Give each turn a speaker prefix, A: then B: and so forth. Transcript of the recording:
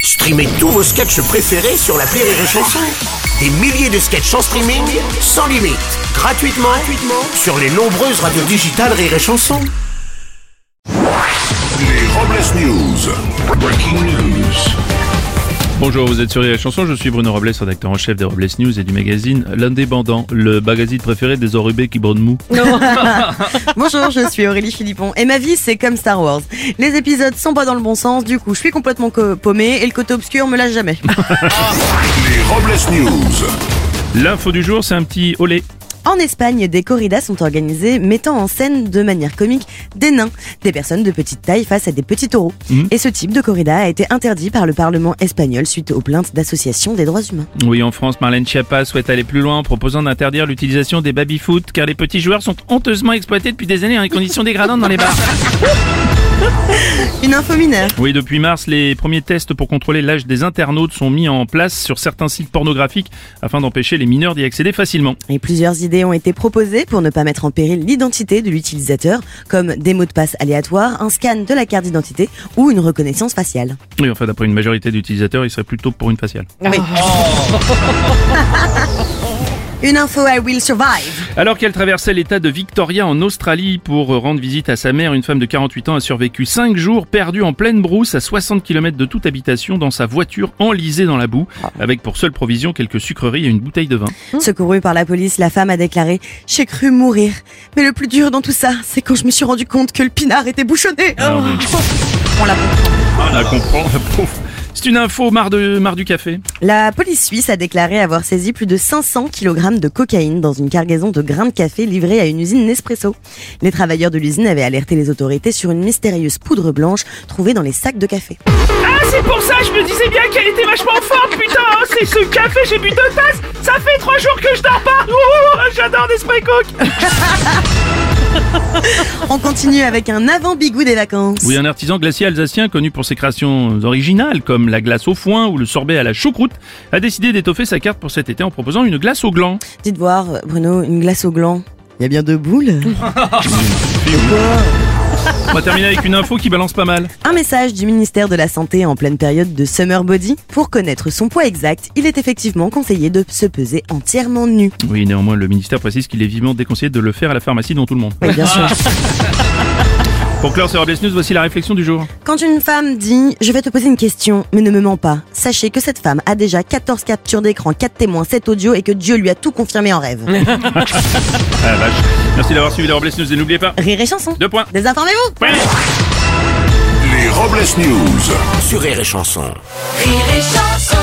A: Streamez tous vos sketchs préférés sur la Rire et Chanson. Des milliers de sketchs en streaming, sans limite, gratuitement, gratuitement sur les nombreuses radios digitales Rire et Chanson.
B: Les Robles News. Breaking news.
C: Bonjour, vous êtes sur la chanson, je suis Bruno Robles, rédacteur en chef des Robles News et du magazine L'Indépendant, le magazine préféré des enrubés qui brodent mou.
D: Bonjour, je suis Aurélie Philippon et ma vie c'est comme Star Wars. Les épisodes sont pas dans le bon sens, du coup je suis complètement co- paumée et le côté obscur me lâche jamais.
B: Les Robles News.
C: L'info du jour, c'est un petit olé.
D: En Espagne, des corridas sont organisées mettant en scène de manière comique des nains, des personnes de petite taille face à des petits taureaux. Et ce type de corrida a été interdit par le Parlement espagnol suite aux plaintes d'associations des droits humains.
C: Oui, en France, Marlène Schiappa souhaite aller plus loin en proposant d'interdire l'utilisation des baby-foot car les petits joueurs sont honteusement exploités depuis des années dans des conditions dégradantes dans les bars.
D: Une info mineure.
C: Oui, depuis mars, les premiers tests pour contrôler l'âge des internautes sont mis en place sur certains sites pornographiques afin d'empêcher les mineurs d'y accéder facilement.
D: Et plusieurs idées ont été proposées pour ne pas mettre en péril l'identité de l'utilisateur, comme des mots de passe aléatoires, un scan de la carte d'identité ou une reconnaissance faciale.
C: Oui, enfin, d'après une majorité d'utilisateurs, ils seraient plutôt pour une faciale.
D: Une info I will survive.
C: Alors qu'elle traversait l'état de Victoria en Australie pour rendre visite à sa mère, une femme de 48 ans a survécu 5 jours perdue en pleine brousse à 60 km de toute habitation dans sa voiture enlisée dans la boue, avec pour seule provision quelques sucreries et une bouteille de vin.
D: Secourue par la police, la femme a déclaré "J'ai cru mourir, mais le plus dur dans tout ça, c'est quand je me suis rendu compte que le pinard était bouchonné."
C: Ah, oui.
D: On la comprend.
C: Ah, comprends, la pauvre. C'est une info marre, de, marre du café.
D: La police suisse a déclaré avoir saisi plus de 500 kg de cocaïne dans une cargaison de grains de café livrée à une usine Nespresso. Les travailleurs de l'usine avaient alerté les autorités sur une mystérieuse poudre blanche trouvée dans les sacs de café.
E: Ah, c'est pour ça, je me disais bien qu'elle était vachement forte, putain, hein, c'est ce café, j'ai bu deux tasses, ça fait trois jours que je dors pas, Ouh, j'adore Nespresso Coke
D: On continue avec un avant-bigou des vacances.
C: Oui, un artisan glacier alsacien connu pour ses créations originales comme la glace au foin ou le sorbet à la choucroute a décidé d'étoffer sa carte pour cet été en proposant une glace au gland.
D: Dites voir, Bruno, une glace au gland. Il y a bien deux boules.
C: On va terminer avec une info qui balance pas mal.
D: Un message du ministère de la Santé en pleine période de Summer Body. Pour connaître son poids exact, il est effectivement conseillé de se peser entièrement nu.
C: Oui, néanmoins, le ministère précise qu'il est vivement déconseillé de le faire à la pharmacie dans tout le monde.
D: Oui, bien sûr.
C: Pour clore ce Robles News, voici la réflexion du jour.
D: Quand une femme dit Je vais te poser une question, mais ne me mens pas, sachez que cette femme a déjà 14 captures d'écran, 4 témoins, 7 audios et que Dieu lui a tout confirmé en rêve.
C: Ah, la vache. Merci d'avoir suivi les Robles News et n'oubliez pas.
D: Rire et chanson.
C: Deux points.
D: Désinformez-vous
C: Ouais.
B: Les Robles News.
A: Sur Rire et Chanson.
F: Rire et chanson.